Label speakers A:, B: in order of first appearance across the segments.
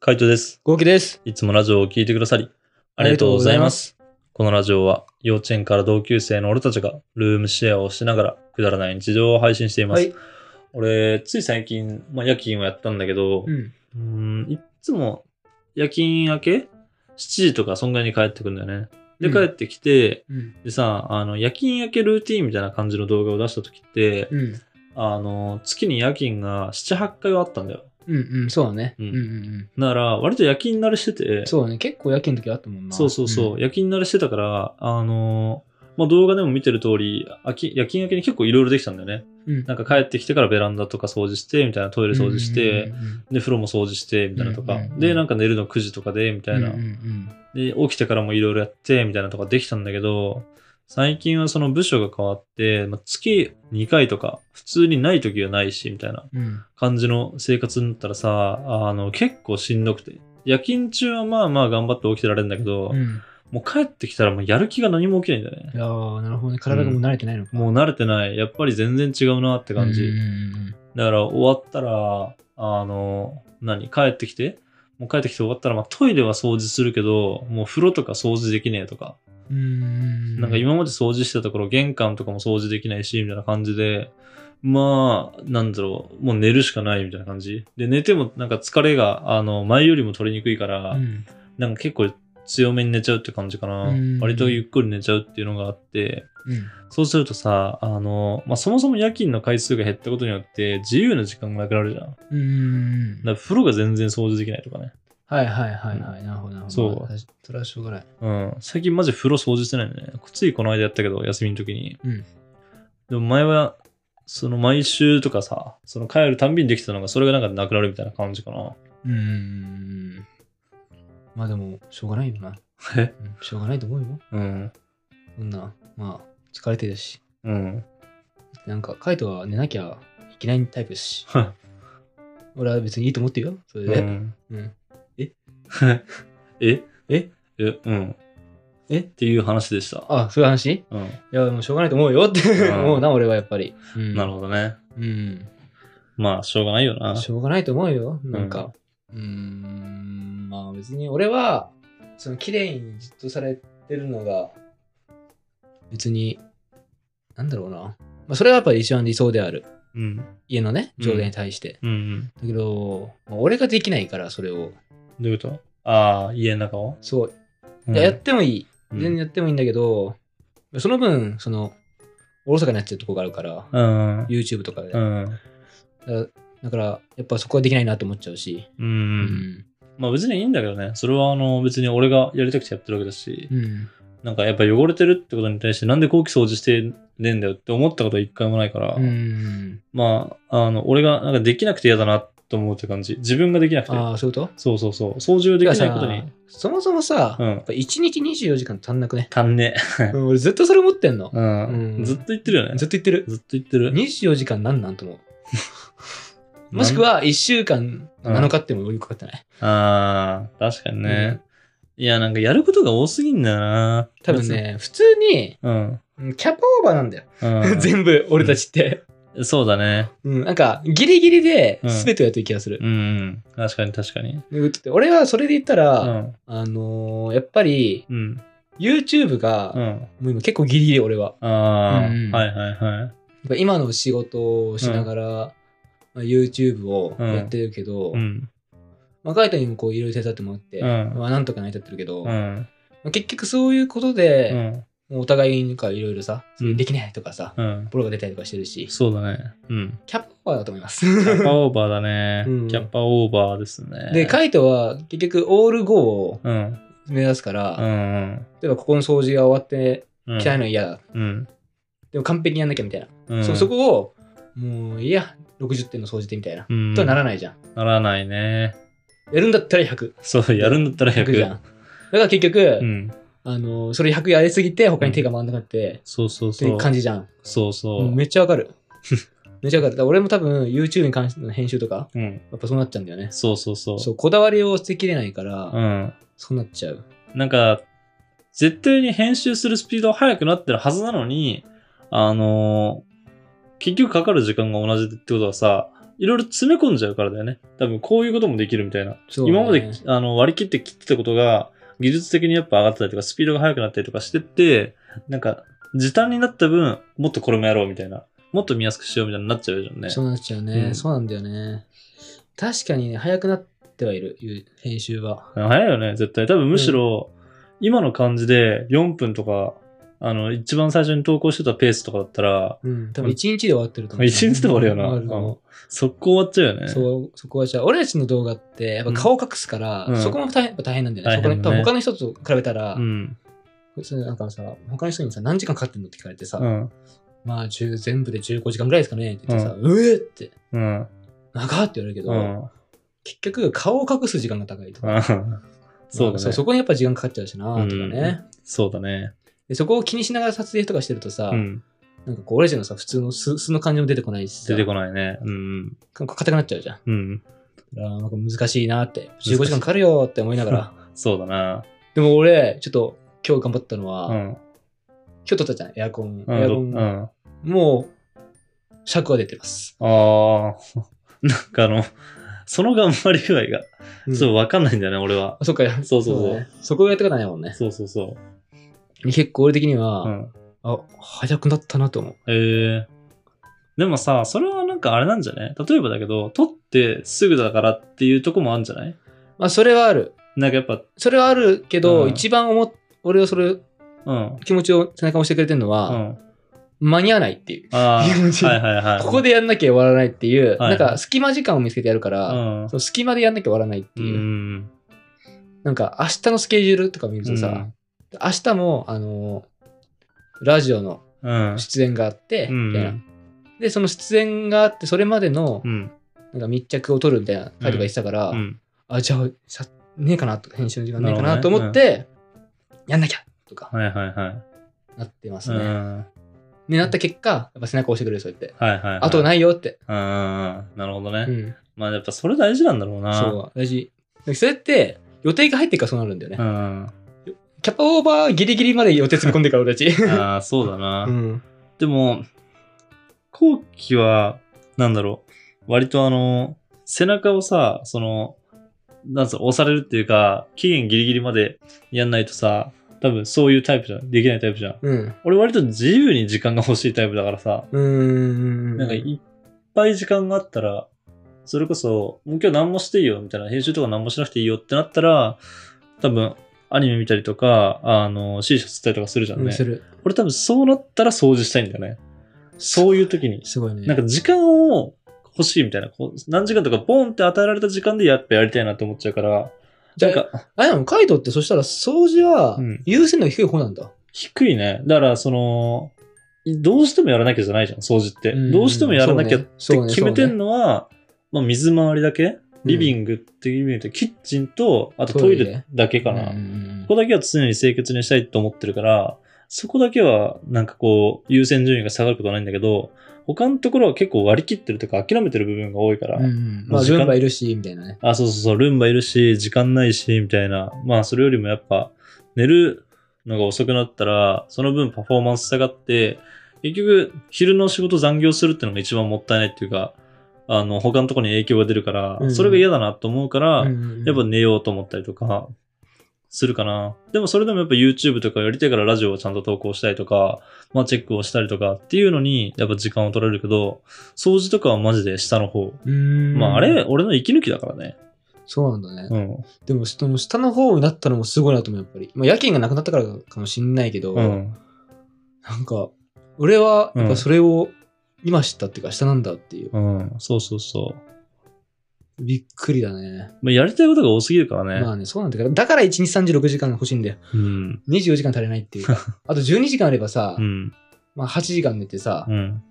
A: カイトです。
B: ゴキです。
A: いつもラジオを聞いてくださり、ありがとうございます。このラジオは、幼稚園から同級生の俺たちが、ルームシェアをしながら、くだらない日常を配信しています。
B: はい。
A: 俺、つい最近、まあ、夜勤をやったんだけど、
B: うん。
A: うーん、いっつも、夜勤明け ?7 時とか、そんぐらいに帰ってくるんだよね。で、
B: うん
A: 帰ってきて、
B: うん。
A: でさ、あの、夜勤明けルーティーンみたいな感じの動画を出した時って、
B: うん。
A: あの、月に夜勤が7、8回はあったんだよ。
B: うん。うん。そうだね。
A: う
B: うんん。うん。うん。
A: だから、割と夜勤慣れしてて、
B: そうだね。結構夜勤の時あったもんな。
A: そうそうそう、
B: ん。
A: 夜勤慣れしてたから、あのーまあ、動画でも見てる通り、あき夜勤明けに結構いろいろできたんだよね。
B: うん。
A: なんか帰ってきてからベランダとか掃除して、みたいなトイレ掃除して、
B: うん、み
A: で、風呂も掃除して、みたいなとか、
B: うんうんうん
A: で、なんか寝るの9時とかで、みたいな、
B: うん。うん
A: で、起きてからもいろいろやって、みたいなとかできたんだけど、最近はその部署が変わって、まあ、月2回とか、普通にない時はないし、みたいな。
B: うん。
A: 感じの生活になったらさ、あの、結構しんどくて。夜勤中はまあまあ頑張って起きてられるんだけど、
B: うん。うん。
A: もう帰ってきたらもうやる気が何も起きないんだよ
B: い
A: ね。
B: やー、なるほどね。体がもう慣れてないのか。
A: もう慣れてない。やっぱり全然違うなって感じ。
B: うんうん
A: だから終わったら、あの、何帰ってきてもう帰ってきて終わったら、まあ、トイレは掃除するけど、もう風呂とか掃除できねえとか、
B: うん。うん。
A: なんか今まで掃除してたところ、玄関とかも掃除できないし、みたいな感じで、まあ、なんだろう、もう寝るしかないみたいな感じ。で、寝てもなんか疲れが、あの、前よりも取りにくいから、
B: うん。
A: なんか結構強めに寝ちゃうって感じかな
B: うん。
A: 割とゆっくり寝ちゃうっていうのがあって、
B: うん。
A: そうするとさ、あの、まあ、そもそも夜勤の回数が減ったことによって、自由な時間がなくなるじゃん。だか
B: うんうん。
A: ら風呂が全然掃除できないとかね。
B: はいはいはいはい。なるほどなるほど。
A: そう
B: まあ。それはしょうがない。
A: うん。最近マジ風呂掃除してないんだね。ついこの間やったけど、休みの時に。
B: うん。
A: でも前は、その毎週とかさ、その帰るたんびにできたのが、それがなんかなくなるみたいな感じかな。
B: うん。まあでも、しょうがないよな。
A: え
B: うんしょうがないと思うよ。
A: うん。
B: そんな、まあ、疲れてるし。
A: うん。
B: なんか、カイトは寝なきゃいけないタイプだし、
A: は
B: 俺は別にいいと思ってるよ、それ
A: う
B: で。
A: ん。
B: うん。
A: え
B: え
A: えうん。
B: え
A: っていう話でした。
B: あ、そういう話い
A: うん。
B: や、もうしょうがないと思うよって
A: うん
B: 思うな、俺はやっぱり。うん、
A: なるほどね。
B: ど。うん。
A: まあ、しょうがないよな。
B: しょうがないと思うよ、なんか。うーん、まあ別に俺は、その綺麗にじっとされてるのが、別に、なんだろうな。まあそれはやっぱり一番理想である。
A: うん。
B: 家のね、上手に対して。
A: うんうん。
B: だけど、まあ俺ができないから、それを。
A: どういうことああ、家の中を、
B: そう。
A: うん
B: いややってもいい。
A: うん
B: 全然やってもいいんだけど、その分、その、おろそかになっちゃうとこがあるから、
A: うん。
B: YouTube とかで。
A: う
B: だか
A: ん。
B: ら、だからやっぱそこはできないなと思っちゃうし。
A: う。
B: うん
A: まあ別にいいんだけどね。それはあの別に俺がやりたくてやってるわけだし、
B: うん。
A: なんかやっぱ汚れてるってことに対してなんで後期掃除してねえんだよって思ったことは一回もないから、
B: うん。
A: まあ、あの、俺がなんかできなくて嫌だなと思うって感じ。自分ができなくて。
B: ああ、そういうこと
A: そうそうそう。掃除をできないこと
B: てか
A: に
B: さ。そもそもさ、
A: うん
B: やっぱ1日24時間足んなくね。
A: 足んね
B: うん俺ずっとそれ思ってんの。
A: え。うん。
B: うん
A: ずっと言ってるよね。ず
B: ずっと言ってる。
A: っと言ってる。
B: 24時間なんな んと思う。もしくは1週間
A: うん
B: 7日ってもよくかかってない。
A: ああ、確かにね。いや、なんかやることが多すぎんだよな。
B: 多分。ね、普通に
A: うん。
B: うんキャパオーバーなんだよ。
A: うん、
B: 全部、俺たちって。
A: そうだね。
B: うん、なんか、ギリギリで
A: うん
B: 全てをやってる気がする。
A: うん。確かに確かに。
B: でだって俺はそれで言ったら、
A: うん。
B: あのーやっぱり、
A: うん。
B: YouTube が、
A: うん。
B: もう今結構ギリギリ俺は。
A: ああ、
B: うんうん
A: はいはいはい。
B: やっぱ今の仕事をしながら、まあ、YouTube をやってるけど、
A: うん。
B: まあ、カイトにもこういろいろ手伝ってもらって、
A: うん
B: まあ、なんとか成り立ってるけど、
A: う
B: ま
A: ん。
B: あ、結局そういうこと
A: う
B: で、
A: ん。
B: もうお互いにかいろいろさ、
A: うん
B: できないとかさ、
A: うん。
B: ボロが出たりとかしてるし、
A: そうだね。うん。
B: キャッパーだと思います。
A: キャッパオーバーだね。
B: うん
A: キャッパオーバーですね。
B: で、カイトは結局オール5を
A: うん。
B: 目指すから、
A: うん。
B: 例えばここの掃除が終わって
A: うん。
B: 汚いの嫌だ。
A: うん。
B: でも完璧にやんなきゃみたいな。
A: うん。
B: そうそこを、もういいや、60点の掃除でみたいな。
A: うん。
B: とはなら
A: ない。
B: ないじゃん。
A: ならないね。
B: やるんだったら100。
A: そう、やるんだったら100。
B: 100じゃん。だから結局、
A: うん。
B: あの、それ100やりすぎて他に手が回んなくなって、
A: そうそう
B: ってい
A: そうう。
B: 感じじゃん。
A: そうそう。
B: うんめっちゃわ かる。めっちゃわかる。だから俺も多分 YouTube に関しての編集とか、
A: うん。
B: やっぱそうなっちゃうんだよね。
A: そうそうそう。
B: そう、こだわりを捨てきれないから、
A: うん。
B: そうなっちゃう。
A: なんか、絶対に編集するスピードは速くなってるはずなのに、あのー結局かかる時間が同じってことはさ、いろいろ詰め込んじゃうからだよね。多分こういうこともできるみたいな。
B: そうね
A: 今まであの割り切って切ってたことが、技術的にやっぱ上がってたりとか、スピードが速くなったりとかしてって、なんか、時短になった分、もっとこれもやろうみたいな。もっと見やすくしようみたいになっちゃうじゃんね。
B: そうなっちゃうね、
A: うん
B: そうなんだよね。確かにね、早くなってはいる、ゆ編集は。
A: 早いよね、絶対。多分むしろ、今の感じで4分とか、あの、一番最初に投稿してたペースとかだったら、
B: うん、多分一日で終わってると思う。
A: 一日で終わるよな
B: 終わると思う
A: 速攻終わっちゃうよね。
B: そうそこはじゃあ、俺たちの動画って、やっぱ顔隠すから、
A: うん
B: そこも大変やっぱ大変なんだよね。
A: 大変ね
B: そこら多分他の人と比べたら、
A: うん。
B: 普通なんかさ、他の人にさ、何時間かかってんのって聞かれてさ、
A: うん。
B: まあ10全部で15時間ぐらいですかねって言ってさ、うえって、
A: うん。
B: 長って言われるけど、
A: うん。
B: 結局顔を隠す時間が高いとか。
A: そう
B: まあ
A: だ
B: そ
A: ね。
B: そこにやっぱ時間かかっちゃうしな、とかね、
A: うんそうだね。
B: で。そこを気にしながら撮影とかしてるとさ、
A: うん。
B: なんかこう、俺たちのさ、普通の素素の感じも出てこないしさ、
A: 出てこないね。うん。
B: か硬くなっちゃうじゃん。
A: うん。
B: だからなんか難しいなって、
A: しい
B: 15時間かかるよって思いな がら。
A: そうだな。
B: でも俺、ちょっと今日頑張ったのは、
A: うん。
B: 今日撮ったじゃん、エアコン。
A: うん。
B: エア
A: ど
B: コ
A: う
B: ン、
A: ん。
B: もう、尺は出てます。
A: ああ、 なんかあの、その頑張り具合が、
B: うん
A: そう、わかんないんだよね、俺は。
B: あそっか、
A: そうそうそう
B: だねそこがやってかないもんね。
A: そうそうそ
B: 結構俺的に
A: う。
B: は、
A: うん。
B: あ、早くなったなと思う。
A: ええでもさ、それはなんかあれなんじゃない例えばだけど、撮ってすぐだからっていうとこもあるんじゃない
B: まあ、それはある。
A: なんかやっぱ、
B: それはあるけど、
A: うん
B: 一番思っ、俺はそれ、
A: うん。
B: 気持ちを背中を押してくれてるの
A: う
B: は、
A: ん。
B: 間に合わないっていう。
A: ああ、
B: 気持ち
A: はいはいはい。
B: ここ
A: で、
B: でやんなきゃ終わらないっていう、
A: はい
B: なんか隙間時間を見つけてやるか
A: う
B: ら、
A: ん
B: そ。の隙間でやんなきゃ終わらないって
A: う
B: いう。
A: ん。
B: なんか明日のスケジュールとか見るとさ、明日も、あのーラジオの
A: うん。
B: 出演があって、
A: うん
B: みたいな。で、その出演があって、それまでの
A: う、ん。
B: なんか密着を撮るみたいな回とか言ってたから、
A: うん。
B: あ、じゃあ、さねえかなとか、編集の時間ねえか
A: な
B: な
A: る
B: と
A: ほどね
B: 思って、やんなきゃとか、
A: はいはいはい。
B: なってます
A: う
B: ね。
A: ん。
B: になった結果、やっぱ背中を押してくれる、そうやって。
A: はいはい、はい。
B: あと
A: ね。
B: ないよって。
A: うんうんうん。なるほどね。
B: うん。
A: まあやっぱそれ大事なんだろうな。
B: そう、大事。それって、予定が入ってるからそうなるんだよね。
A: うん。あ
B: キャパオーバーギリギリまで予定詰め込んでるから、俺たち。
A: あ、そうだな。
B: うん。
A: でも、後期は、なんだろう、割とあの、背中をさ、その、なんつうの、押されるっていうか、期限ギリギリまでやんないとさ、多分そういうタイプじゃん。できないタイプじゃん。
B: うん。
A: 俺割と自由に時間が欲しいタイプだからさ、
B: うーん。
A: なんかいっぱい時間があったら、それこそ、もう今日何もしていいよ、みたいな、編集とか何もしなくていいよってなったら、多分、アニメ見たりとか、あの、C 社吸ったりとかするじゃん
B: う
A: ね
B: ん、す。る。
A: 俺多分そうなったら掃除したいんだよね。そういう時に。
B: すごいね。
A: なんか時間を欲しいみたいな。こう何時間とかボンって与えられた時間でやっぱやりたいなと思っちゃうから。
B: じ
A: な
B: ゃ
A: ん
B: あ、
A: か
B: あれなの、カイトってそしたら掃除は
A: うん
B: 優先度が低い方なんだ。
A: 低いね。だからその、どうしてもやらなきゃじゃないじゃん、掃除って。
B: うん
A: どうしてもやらなきゃって
B: そうねそ
A: 決
B: うね
A: めてんのは、まあ水回りだけリビ
B: ン
A: ングっていう意味でキッチンと、あとト
B: ト
A: イ
B: イレ
A: レだけかな。
B: うん
A: ここだけは常に清潔にしたいと思ってるから、そこだけはなんかこう優先順位が下がることはないんだけど、他のところは結構割り切ってるとか諦めてる部分が多いから、
B: うんうん。まあ、
A: 時間
B: ルンバいるし、みたいなね。
A: あ、そうそうそう、ルンバいるし、時間ないし、みたいな。まあそれよりもやっぱ寝るのが遅くなったら、その分パフォーマンス下がって、結局昼の仕事残業するってのが一番もったいないっていうか、あの他のところに影響が出るから、
B: うん
A: それが嫌だなと思うから、や
B: や
A: っぱ寝ようと思ったりとか、するかな。でもそれでもやっぱ YouTube とかやりたいからラジオをちゃんと投稿したりとか、まあチェックをしたりとかっていうのに、やっぱ時間を取られるけど、掃除とかはマジで下の方。まああれ、俺の息抜きだからね。
B: そうなんだね。
A: うん。
B: でも、その下の方になったのもすごいなと思う、やっぱり。まあ、夜勤がなくなったからかもしんないけど、
A: うん。
B: なんか、俺は、やっぱそれを今知ったっていうか、下なんだっていう。
A: うん。そうそうそう。
B: びっくりだね。
A: まあやりたいことが多すぎるからね。
B: まあね、そうなんだから、だから1日36時間欲しいんだよ。
A: うん。
B: 24時間足りないっ ていうか。あと12時間あればさ、
A: うん。
B: まあ8時間寝てさ
A: う、ん。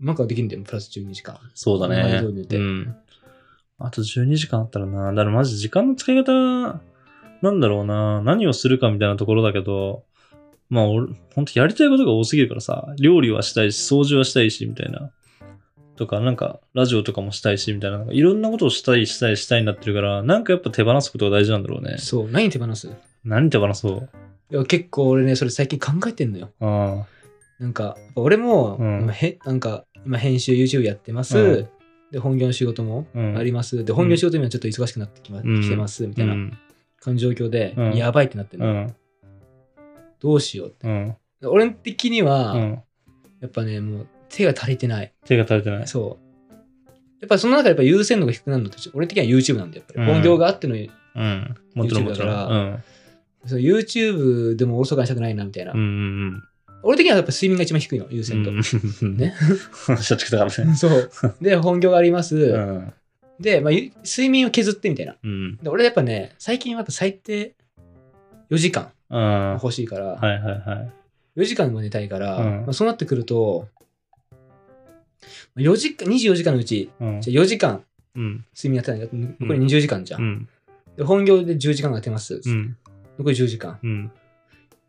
B: なんかできるんだよ、プラス12時間。
A: そうだ
B: まあ
A: ね。
B: そうだ
A: う
B: よね
A: ん。あと12時間あったらな。だからマジ時間の使い方、なんだろうな。何をするかみたいなところだけど、まあ俺、ほんとやりたいことが多すぎるからさ、料理はしたいし、掃除はしたいし、みたいな。とか、なんか、ラジオとかもしたいし、みたいな。なんかいろんなことをしたい、したい、したいになってるから、なんかやっぱ手放すことが大事なんだろうね。
B: そう、何手放すい
A: 何手放そう。
B: や結構俺ね、それ最近考えてんのよ。
A: ああ。
B: なんか、俺も、
A: うん
B: へなんか、今編集 YouTube やってます。
A: うん
B: で、本業の仕事も
A: うん
B: あります。で、本業の仕事にはちょっと忙しくなってき,、ま
A: うん
B: きてます、みた
A: う
B: いな、
A: ん。
B: 感じの状況で、
A: うん
B: やばいってなってる
A: う
B: の、
A: ん。
B: どうしようって。
A: うん。
B: 俺的には、
A: うん。
B: やっぱね、もう手が足りてない。
A: 手が足りてない。
B: そう。やっぱその中でやっぱ優先度が低くなるのって、俺的には YouTube なんだよ。やっぱり
A: うん
B: 本業があっての、
A: うん。もちろん
B: YouTube
A: もちろ
B: だか
A: ん。
B: その YouTube でも大阪にしたくないな、みたいな。
A: うん。うん。
B: 俺的にはやっぱ睡眠が一番低いの、優
A: う
B: 先度。
A: ん。
B: ね。
A: 社畜だからね。
B: そう。で、本業があります。
A: うん。
B: で、まあ、ゆ睡眠を削ってみたいな。
A: うん。
B: で俺やっぱね、最近はやっぱ最低4時間
A: あ
B: 欲しいから、
A: あ。はいはいはい。
B: 4時間も寝たいから、
A: うん
B: まあ、そうなってくると、4時間、24時間のうち、
A: うん。
B: じゃあ4時間
A: うん。
B: 睡眠やってないんだ。残り20時間じゃん。
A: うん。
B: で、本業で10時間が出ます。
A: うん。
B: 残り10時間。
A: うん。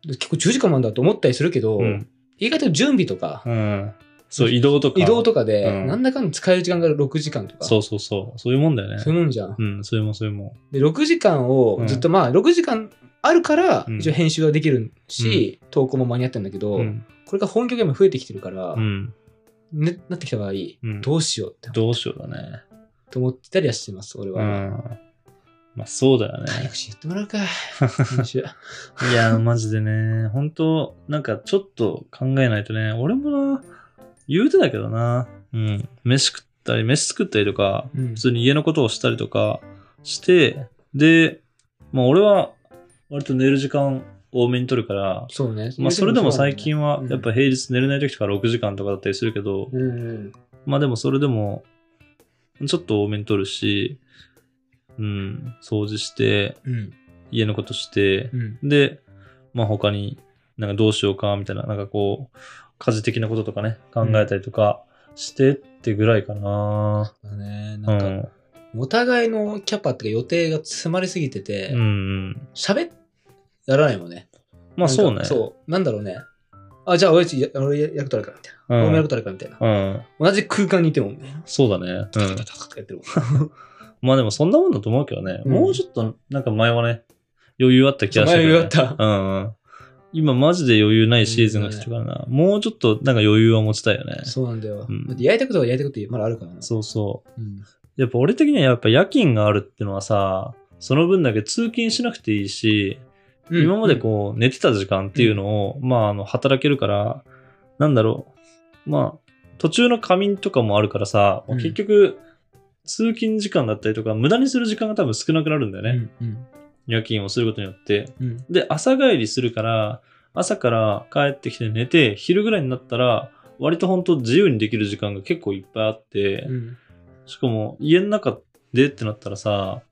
B: で結構10時間もあんだと思ったりするけど、
A: うん。
B: 意外と準備とか、
A: うん。そう、移動とか。
B: 移動とかで、
A: うん
B: なんだかんだ使える時間が6時間とか、
A: そうそうそう。そういうもんだよね。
B: そういうもんじゃん。
A: うん、そういうもん、そういうもん。
B: で6時間をずっと、まあ6時間あるから
A: うん
B: 一応編集はできるし、投稿も間に合ってるんだけど、
A: うん。
B: これが本業が今増えてきてるから、
A: うん。
B: ねなってきた場合、
A: うん
B: どうしようって
A: どうしようだね。
B: と思ってたりはしてます俺
A: う
B: は、
A: ん。まあ、そうだよね。
B: 早く知っても らうか編集
A: いやー、マジでね、本当なんかちょっと考えないとね、俺もな、言うてだけどな、うん、飯食ったり、飯作ったりとか、
B: うん
A: 普通に家のことをしたりとかして、で、まあ俺は割と寝る時間多めに取るから、
B: そうね
A: まあそれでも最
B: は、
A: 近は
B: うん
A: やっぱ平日寝れない時とか6時間とかだったりするけど、
B: うんうん
A: まあでもそれでも、ちょっと多めに取るし、うん、掃除して、
B: うん
A: 家のことして、
B: うん
A: で、まあ他になんかどうしようかみたいな、なんかこう、家事的なこととかね、考えたりとかしてってぐらいかな。
B: だね
A: う
B: なんか、
A: ん。
B: お互いのキャパっていうか予定が詰まりすぎてて
A: うんうん。
B: 喋、やらないもんね
A: まあそう
B: なん
A: ね。
B: かそうなんだろうねあじゃあ俺や俺やることあるからみたいな、
A: うん。
B: 俺もやる
A: う。
B: ことあるからみたいなん同じ空間にいて もね
A: そうだね。う
B: タタタ
A: ん。
B: タタタやってるもん
A: まあでもそんなもんだと思うけどね。
B: うん
A: もうちょっとなんか前はね、余裕あった気がしたけど、ね。
B: 前余裕あった
A: うんうん。今マジで余裕ないシーズンが来てるからな。もうちょっとなんか余裕は持ちたいよね。
B: そうなんだよ。
A: うん
B: だってやりたいことはやりたいことまだあるからな。
A: そうそう。
B: うん
A: やっぱ俺的にはやっぱ夜勤があるってのはさ、その分だけ通勤しなくていいし、今までこう寝てた時間っていうのを、まああの働けるから、なんだろう。まあ途中の仮眠とかもあるからさ、
B: うん
A: 結局通勤時間だったりとか無駄にする時間が多分少なくなるんだよ
B: う
A: ね。
B: んうん
A: 夜勤をすることによって。
B: うん
A: で、朝帰りするから、朝から帰ってきて寝て、昼ぐらいになったら、割と本当自由にできる時間が結構いっぱいあって、
B: うん
A: しかも家の中でってなったらさ、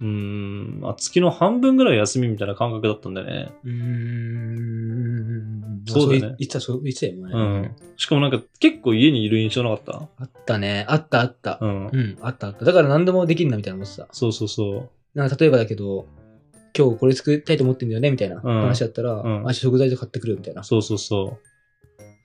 A: うーん、まあ、月の半分ぐらい休みみたいな感覚だったんだよね。
B: うんうん
A: そうだね
B: いいつだそういつだよね。
A: うん。しかもなんか結構家にいる印象なかっ
B: あったね。あったあった
A: た。。うん。
B: うん、あったあった。だから何でもできるなみたいな思ってた。
A: そうそうそう。
B: なんか例えばだけど、今日これ作りたいと思ってんだよねみたいな話だったら、
A: うん
B: あ、食材で買ってくるみたいな。
A: そうそうそ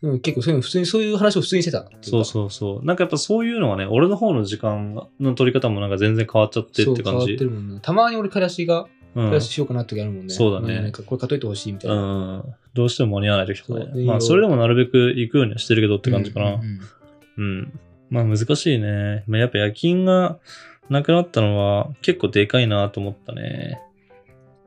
B: うん、結構そういうの普通にそういう話を普通にしてたっていう
A: う。
B: か。
A: そうそうそう。なんかやっぱそういうのはね、俺の方の時間の取り方もなんか全然変わっちゃってっ
B: そう
A: て
B: 変
A: 感
B: わっ
A: じ。
B: てるもんね。たまに俺、からしが、
A: う
B: からし
A: ん。
B: しようかなって時あるもんね。
A: そうだね
B: んなんかこれ買っといてほしいみたいうな。
A: ん。どうしても間に合わない時とか
B: そうい
A: ね。
B: いよ
A: まあそれでもなるべく行くようにはしてるけどって感じかな。
B: うんうんうん
A: うん。まあ難しいね。まあ、やっぱ夜勤がなくなったのは結構でかいなと思ったね。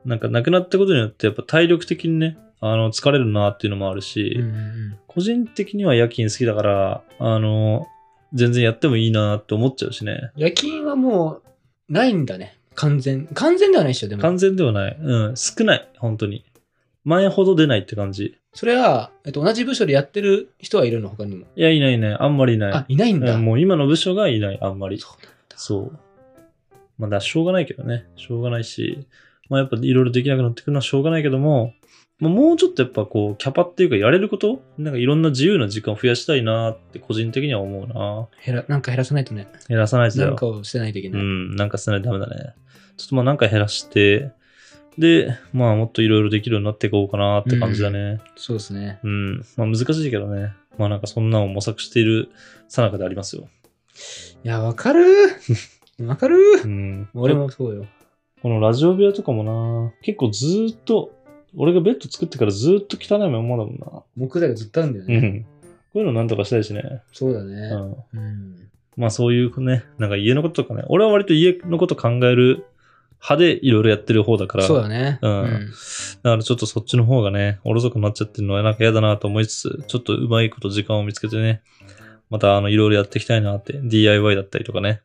A: なんかなくなったことによってやっぱ体力的にね、あの疲れるなっていうのもあるし、
B: うんうん
A: 個人的には夜勤好きだから、あの、全然やってもいいなって思っちゃうしね。
B: 夜勤はもうないんだね完全完全ではないっしょでも
A: 完全ではない。うん、少ない、本当に。前ほど出ないって感じ。
B: それは、えっと、同じ部署でやってる人はいるの他にも、
A: いや、いないね。あんまりいない。
B: あいないんだ、
A: うんもう今の部署がいない、あんまり。
B: そうなんだ
A: そう。まあだ、しょうがないけどね。しょうがないし、まあやっぱいろいろできなくなってくるのはしょうがないけども、まあ、もうちょっとやっぱこう、キャパっていうか、やれることなんかいろんな自由な時間を増やしたいなって個人的には思うな。
B: 減らなんか減らさないとね
A: 減らさないとだ
B: なん
A: よ。
B: かをしてないといけ
A: う
B: ない、
A: ん、なんかせないとダメだね。ちょっとまあなんか減らして、で、まあもっといろいろできるようになっていこうかなって感じだね。
B: そうですね
A: うん、まあ難しいけどね。まあなんかそんなのを模索している最中でありますよ。
B: いやわかるわかる
A: うん。
B: 俺もそうよ
A: このラジオ部屋とかもな、結構ずーっと、俺がベッド作ってからずーっと汚いままだもんな。
B: 木材がずっとあるんだよ
A: う
B: ね、
A: ん。こういうのなんとかしたいしね。
B: そうだ
A: う
B: ね
A: ん。
B: うん、
A: まあそういうね、なんか家のこととかね、俺は割と家のこと考える派でいろいろやってる方だから、
B: そうだね。
A: うん
B: うん
A: だからちょっとそっちの方がね、おろそかになっちゃってるのはなんか嫌だなと思いつつ、ちょっとうまいこと時間を見つけてね、またあの、いろいろやっていきたいなって、DIY だったりとかね、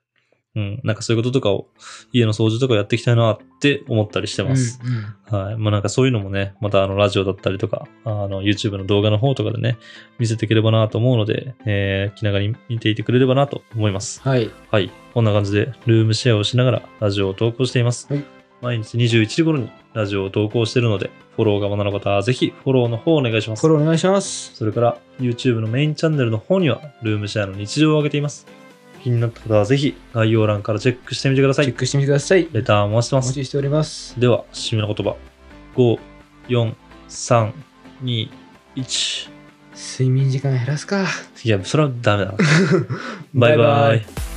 A: うん、なんかそういうこととかを、家の掃除とかやっていきたいなって思ったりしてます。
B: うんうん
A: はい。まあなんかそういうのもね、またあの、ラジオだったりとか、あの、YouTube の動画の方とかでね、見せていければなと思うので、えー、気長に見ていてくれればなと思います。
B: はい。
A: はい。こんな感じで、ルームシェアをしながらラジオを投稿しています。
B: はい
A: 毎日21時頃にラジオを投稿しているので、フォローがまだの方はぜひフォローの方をお願いしま
B: こ
A: す。
B: れお願いします。
A: それから、YouTube のメインチャンネルの方には、ルームシェアの日常を上げています。気になった方はぜひ、概要欄からチェックしてみてくださ
B: チェ
A: い
B: ッ。クしてみてください。
A: レターもして
B: お
A: ます
B: 待。ちしております。
A: では、締めの言葉。5、4、3、2、1。
B: 睡眠時間減らすか。
A: いや、それはダメだな。バイバイ。